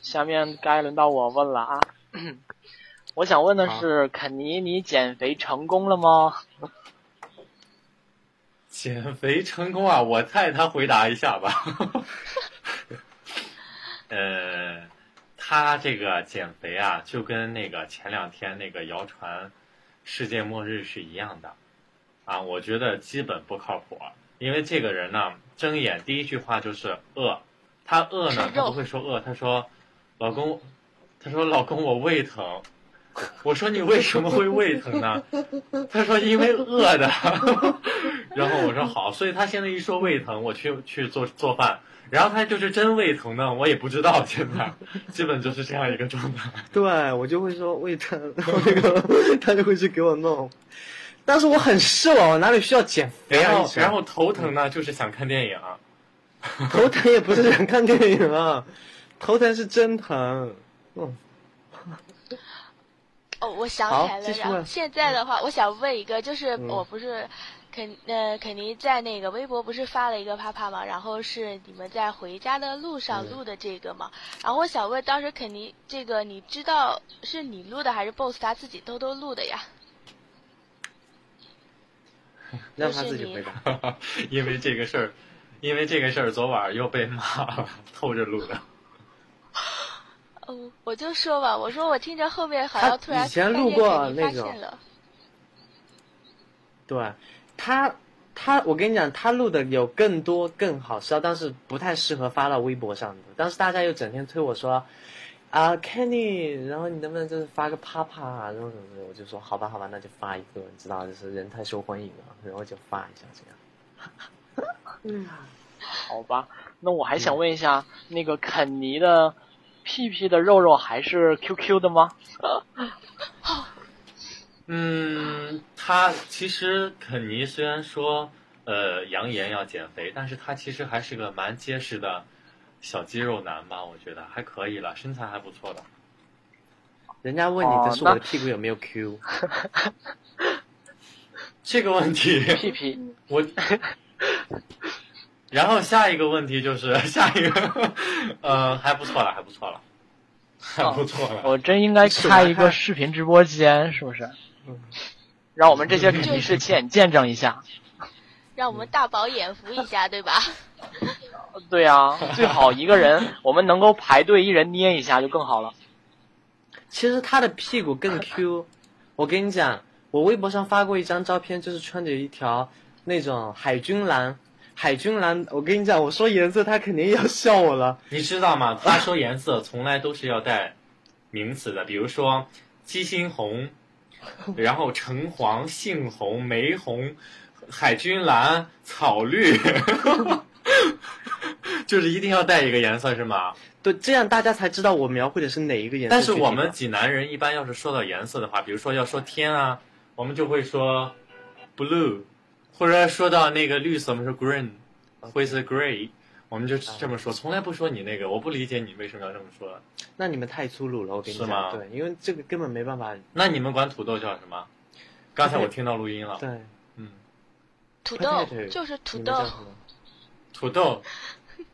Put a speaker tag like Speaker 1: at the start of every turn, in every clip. Speaker 1: 下面该轮到我问了啊！ 我想问的
Speaker 2: 啊
Speaker 1: 是，肯尼，你减肥成功了吗？
Speaker 3: 减肥成功啊！我替他回答一下吧。呃，他这个减肥啊，就跟那个前两天那个谣传世界末日是一样的啊，我觉得基本不靠谱。因为这个人呢，睁眼第一句话就是饿，他饿呢，他不会说饿，他说，老公，他说老公我胃疼， 我说你为什么会胃疼呢？他说因为饿的， 然后我说好，所以他现在一说胃疼，我去去做做饭，然后他就是真胃疼呢，我也不知道，现 在基本就是这样一个状态。
Speaker 2: 对我就会说胃 疼，然后那个他就会去给我弄。但是我很瘦啊，我哪里需要减 肥
Speaker 3: 啊？然后，嗯然后头疼呢，就是想看电影、 啊。
Speaker 2: 头疼也不是想看电影啊，头疼是真疼。嗯。
Speaker 4: 哦，我想起来了，然后现在的话，
Speaker 2: 嗯
Speaker 4: 我想问一个，就是我不是肯呃肯尼在那个微博不是发了一个啪啪嘛，然后是你们在回家的路上录的这个嘛，嗯、然后我想问，当时肯尼这个你知道是你录的还是 BOSS 他自己偷偷录的呀？
Speaker 2: 让他自己回答，
Speaker 3: 因为这个事儿，因为这个事儿，昨晚又被骂了，偷着录的。
Speaker 4: 哦，我就说吧，我说我听着后面好像突然
Speaker 2: 以前录过那
Speaker 4: 种，
Speaker 2: 对，他他，我跟你讲，他录的有更多更好笑，但是不太适合发到微博上的。但是大家又整天推我说。啊、uh,，Kenny，然后你能不能就是发个啪啪啊，然后什么的，我就说好吧，好吧，那就发一个，你知道，就是人太受欢迎了，然后就发一下这
Speaker 1: 样。嗯，好吧，那我还想问一下，嗯、那个肯尼的屁屁的肉肉还是 QQ 的吗？
Speaker 3: 嗯，他其实肯尼虽然说呃扬言要减肥，但是他其实还是个蛮结实的。小肌肉男吧，我觉得还可以了，身材还不错的。
Speaker 2: 人家问你的是我的屁股有没有 Q，、
Speaker 3: 哦、这个问题。
Speaker 1: 屁屁，
Speaker 3: 我。然后下一个问题就是下一个，呃，还不错了，还不错了，还不错了。
Speaker 1: 哦、我真应该开一个视频直播间，是不是？嗯、让我们这些肯定是亲眼见证一下。
Speaker 4: 让
Speaker 2: 嗯
Speaker 4: 我们大饱眼福一下，对吧？
Speaker 1: 对啊，最好一个人，我们能够排队一人捏一下就更好 了。
Speaker 2: 其实他的屁股更 Q，我跟你讲，我微博上发过一张照片，就是穿着一条那种海军蓝，海军蓝。我跟你讲，我说颜色，他肯定要笑我了。
Speaker 3: 你知道吗？他说颜色从来都是要带名词的，比如说鸡心红，然后橙黄、杏红、玫红、海军蓝、草绿。 就是一定要带一个颜色是吗？
Speaker 2: 对，这样大家才知道我描绘的是哪一个颜色。
Speaker 3: 但是我们济南人一般要是说到颜色的话，比如说要说天啊，我们就会说 blue，或者说到那个绿色，我们说 green，灰色 gray，我们就这么说，从来不说你那个。我不理解你为什么要这么说。
Speaker 2: 那你们太粗鲁了，我跟你
Speaker 3: 讲，
Speaker 2: 对，因为这个根本没办法。
Speaker 3: 那你们管土豆叫什么？刚才我听到录音了。
Speaker 2: 对，
Speaker 3: 嗯，
Speaker 4: 土豆就是土 豆。
Speaker 3: 土豆，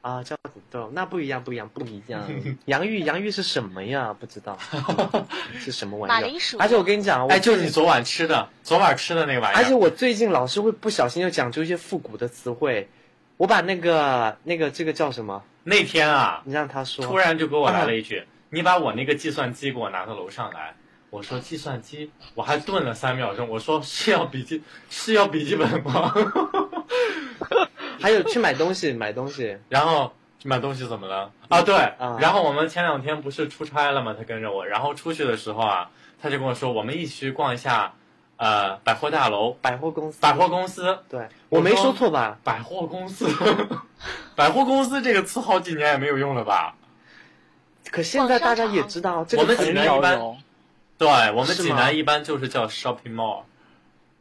Speaker 2: 啊，叫土豆，那不一样，不一样，不一 样。洋芋，洋芋是什么呀？不知道，是什么玩意儿？
Speaker 4: 马铃薯。
Speaker 2: 而且我跟你讲，
Speaker 3: 哎，就是你昨晚吃的，昨晚吃的那个玩意儿。
Speaker 2: 而且我最近老是会不小心又讲出一些复古的词汇，我把那个那个这个叫什么？
Speaker 3: 那天啊，
Speaker 2: 你让他说，
Speaker 3: 突然就给我来了一句：“你把我那个计算机给我拿到楼上来。”我说：“计算机。”我还顿了三秒钟，我说：“是要笔记是要笔记本吗？”
Speaker 2: 还有去买东西，买东西，
Speaker 3: 然后买东西怎么了？啊，对，嗯、然后我们前两天不是出差了吗？他跟着我，然后出去的时候啊，他就跟我说，我们一起去逛一下，呃，百货大楼，
Speaker 2: 百货公司，
Speaker 3: 百货公司，
Speaker 2: 对我没说错吧？
Speaker 3: 百货公司， 百货公司这个词好几年也没有用了吧？
Speaker 2: 可现在大家也知道，这个
Speaker 3: 我们济南一般，对我们济南
Speaker 2: 一
Speaker 3: 般就是叫 shopping mall。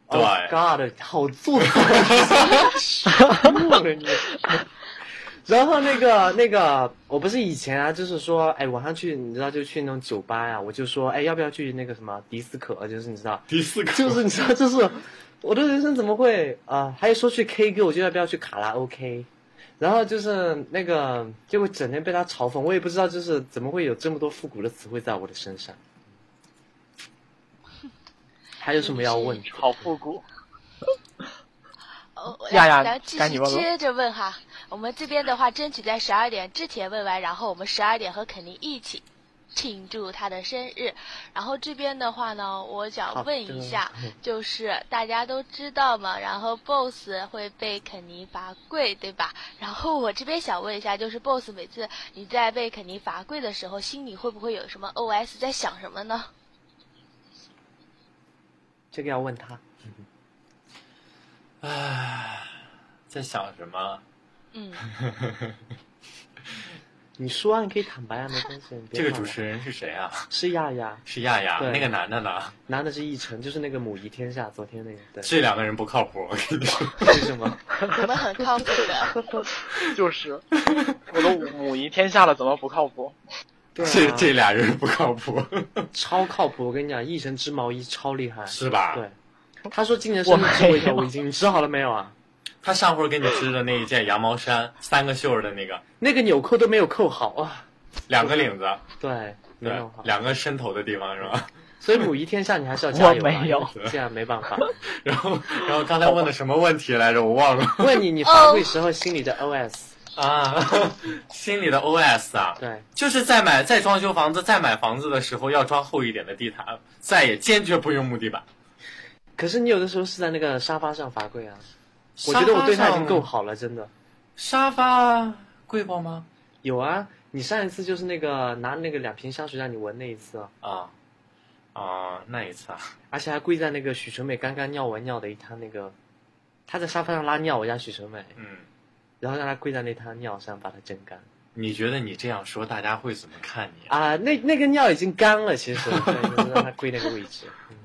Speaker 2: 对、oh,，God，好做作， 然后那个那个，我不是以前啊，就是说，哎，晚上去，你知道，就去那种酒吧呀、啊，我就说，哎，要不要去那个什么迪斯科？就是你知道，
Speaker 3: 迪斯科，
Speaker 2: 就是你知道，就是我的人生怎么会啊、呃？还有说去 K 歌，我就要不要去卡拉 OK？然后就是那个，就会整天被他嘲讽，我也不知道就是怎么会有这么多复古的词汇在我的身上。还有什么要问？
Speaker 1: 好复古。
Speaker 4: 哦，
Speaker 1: 亚亚
Speaker 4: 咱继
Speaker 1: 该你
Speaker 4: 续
Speaker 1: 问了
Speaker 4: 接着问哈。我们这边的话，争取在十二点之前问完，然后我们十二点和肯尼一起庆祝他的生日。然后这边的话呢，我
Speaker 2: 好
Speaker 4: 想问一
Speaker 2: 的
Speaker 4: 下， 就是大家都知道嘛，然后 BOSS 会被肯尼罚跪，对吧？然后我这边想问一下，就是 BOSS 每次你在被肯尼罚跪的时候，心里会不会有什么 OS 在想什么呢？
Speaker 2: 这个要问他。
Speaker 3: 唉，在想什么？
Speaker 4: 嗯，
Speaker 2: 你说啊，你可以坦白啊，没关系。你别
Speaker 3: 这个
Speaker 2: 怕
Speaker 3: 主
Speaker 2: 我
Speaker 3: 持人是谁啊？
Speaker 2: 是亚亚，
Speaker 3: 是亚亚，
Speaker 2: 对
Speaker 3: 那个男的呢？
Speaker 2: 男的是奕晨，就是那个母仪天下，昨天那个。对，
Speaker 3: 这两个人不靠谱，我跟你说。
Speaker 2: 为什么？
Speaker 4: 我们很靠谱的。
Speaker 1: 就是，我都母仪天下了，怎么不靠谱？
Speaker 2: 对
Speaker 3: 这
Speaker 2: 啊，
Speaker 3: 这俩人不靠谱，
Speaker 2: 超靠谱！我跟你讲，一神织毛衣超厉害。
Speaker 3: 是吧？
Speaker 2: 对，他说今年生日织我一条
Speaker 1: 我没有
Speaker 2: 围巾，你织好了没有啊？
Speaker 3: 他上回给你织的那一件羊毛衫，三个袖儿的那个，
Speaker 2: 那个纽扣都没有扣好啊。
Speaker 3: 两个领子，
Speaker 2: 对，没
Speaker 3: 对
Speaker 2: 有好，。
Speaker 3: 两个伸头的地方是吧？
Speaker 2: 所以母仪天下，你还是要加油啊。
Speaker 1: 我没有
Speaker 2: 因为这样没办法。
Speaker 3: 然后，然后刚才问的什么问题来着？我忘了
Speaker 2: 问你，你罚跪时候心里的 OS，
Speaker 3: 啊。 心里的 OS 啊，
Speaker 2: 对，
Speaker 3: 就是在买在装修房子、在买房子的时候要装厚一点的地毯，再也坚决不用木地板。
Speaker 2: 可是你有的时候是在那个沙发上罚跪啊。我觉得我对他已经够好了，真的。
Speaker 3: 沙发贵过吗？
Speaker 2: 有啊，你上一次就是那个拿那个两瓶香水让你闻那一次啊，
Speaker 3: 啊啊，那一次啊，
Speaker 2: 而且还跪在那个许纯美刚刚尿完尿的一滩那个，她在沙发上拉尿，我家许纯美，
Speaker 3: 嗯，
Speaker 2: 然后让她跪在那滩尿上把它蒸干
Speaker 3: 你觉得你这样说大家会怎么看你啊？
Speaker 2: 啊，那那个尿已经干了，其实，对就是让她跪那个位置。嗯